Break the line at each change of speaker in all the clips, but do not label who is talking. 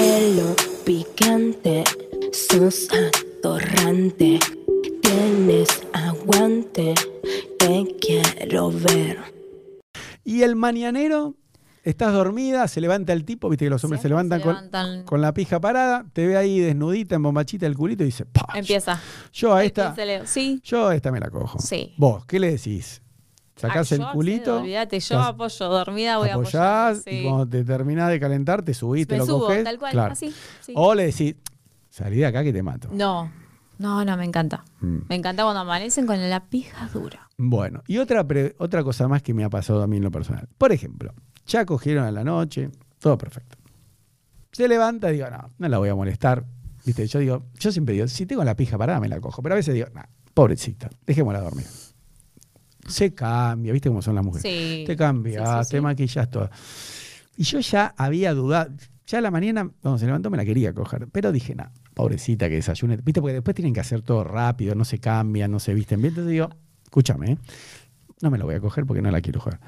pelo picante, sos atorrante, tienes aguante, te quiero ver.
Y el mañanero, estás dormida, se levanta el tipo, viste que los hombres se levantan,
Se
con-
levantan.
Con, la pija parada, te ve ahí desnudita, en bombachita el culito y dice, "Pa,
Empieza.
Yo a
Ahí
esta,
se leo. Sí.
yo a esta me la cojo.
Sí.
Vos, ¿qué le decís? Sacás
Ah,
el
yo, sí,
culito,
Olvídate, yo
las-
apoyo, dormida voy a apoyar.
apoyás
sí.
y cuando te terminás de calentar, te subís, te
Me
lo
subo,
coges.
tal cual,
claro.
así, sí.
O le decís, salí de acá que te mato.
No, no, no, me encanta.
Mm.
Me encanta cuando amanecen con la pija dura.
Bueno, y otra, pre- otra cosa más que me ha pasado a mí en lo personal. Por ejemplo, ya cogieron a la noche, todo perfecto. Se levanta y digo, no, no la voy a molestar. ¿Viste? Yo digo, yo siempre digo, si tengo la pija parada me la cojo. Pero a veces digo, no, pobrecita, dejémosla dormir. Se cambia, ¿viste cómo son las mujeres?
Sí.
Te cambias,
Sí, sí,
te
sí.
maquillas todo. Y yo ya había dudado, ya a la mañana, cuando se levantó, me la quería coger, pero dije, no, pobrecita que desayune. Viste, porque después tienen que hacer todo rápido, no se cambian, no se visten bien. Entonces digo, escúchame, ¿eh? no me la voy a coger porque no la quiero jugar.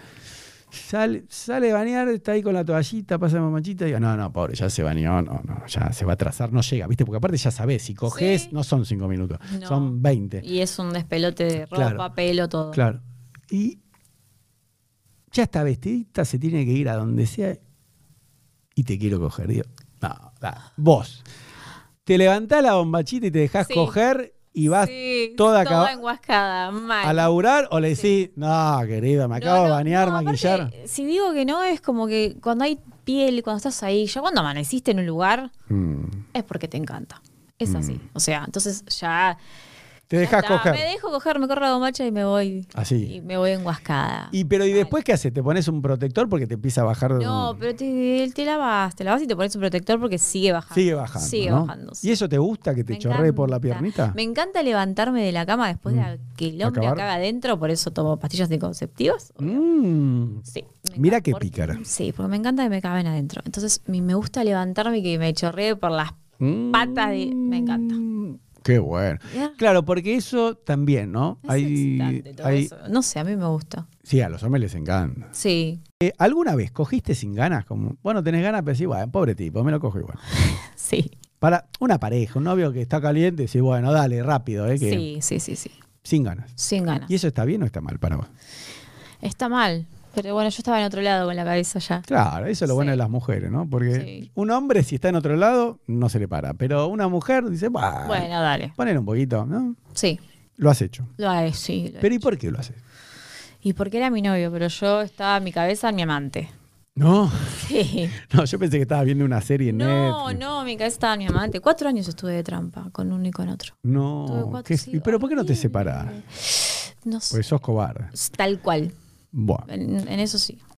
Sale, sale de bañar, está ahí con la toallita, pasa la mamachita y digo, no, no, pobre, ya se bañó, no, no, ya se va a atrasar, no llega, ¿viste? Porque aparte ya sabés, si coges,
Sí.
no son cinco minutos,
No.
son 20.
Y es un despelote de ropa,
Claro.
pelo, todo.
Claro. Y ya está vestidita, se tiene que ir a donde sea y te quiero coger. Digo, no, da, vos. Te levantás la bombachita y te dejás
Sí.
coger y vas
Sí,
toda,
toda
acá
enguascada, mal.
a laburar o le decís, no, querida, me
No,
acabo de
no,
bañar,
no, aparte,
maquillar.
si digo que no, es como que cuando hay piel, cuando estás ahí, ya cuando amaneciste en un lugar,
Mm.
es porque te encanta. Es así. O sea, entonces ya.
Te dejas
ya está,
coger.
Me dejo coger, me corro la macha y me voy.
Así.
Y me voy enguascada.
Y pero y después qué haces? Te pones un protector porque te empieza a bajar.
No,
mm,
pero te, te lavas, te lavas y te pones un protector porque sigue bajando.
sigue bajando.
Sigue
¿no?
bajando. sí.
¿Y eso te gusta que te
Me
chorree por la
encanta.
piernita? Mm.
Me encanta levantarme de la cama después de que el hombre
Acabar.
acaba adentro, por eso tomo pastillas anticonceptivas.
Mm.
Sí. me
Mira
encanta,
qué
porque-
pícara.
Sí, porque me encanta que me caben adentro. Entonces, mi- me gusta levantarme y que me chorree por las
Mm.
patas de. Me encanta.
Qué bueno.
Ya.
Claro, porque eso también, ¿no?
Es excitante todo eso. No sé, a mí me gusta.
Sí, a los hombres les encanta.
Sí.
Eh, ¿Alguna vez cogiste sin ganas? Como, bueno, tenés ganas, pero sí, bueno, pobre tipo, me lo cojo igual.
Sí.
Para una pareja, un novio que está caliente, sí, bueno, dale, rápido, ¿eh? Que,
Sí, sí, sí, sí.
Sin ganas.
Sin ganas.
¿Y eso está bien o está mal para vos?
Está mal. Pero bueno, yo estaba en otro lado con la cabeza ya.
Claro, eso es lo bueno
Sí.
de las mujeres, ¿no? Porque
Sí.
un hombre, si está en otro lado, no se le para. Pero una mujer dice, bueno,
Bueno, dale.
poner un poquito, ¿no?
Sí.
Lo has hecho.
Lo hay, sí. lo hay.
Pero ¿y por qué lo haces?
Y porque era mi novio, pero yo estaba mi cabeza en mi amante.
No,
Sí.
no, yo pensé que estabas viendo una serie en
No,
Netflix.
no, mi cabeza estaba en mi amante. Cuatro años estuve de trampa con uno y con otro. Tuve
No,
cuatro,
qué-
sí,
¿y ¿pero por qué no te
horrible.
separás?
No sé.
Pues- Porque sos cobarde.
Tal cual.
Bueno,
En, en eso sí.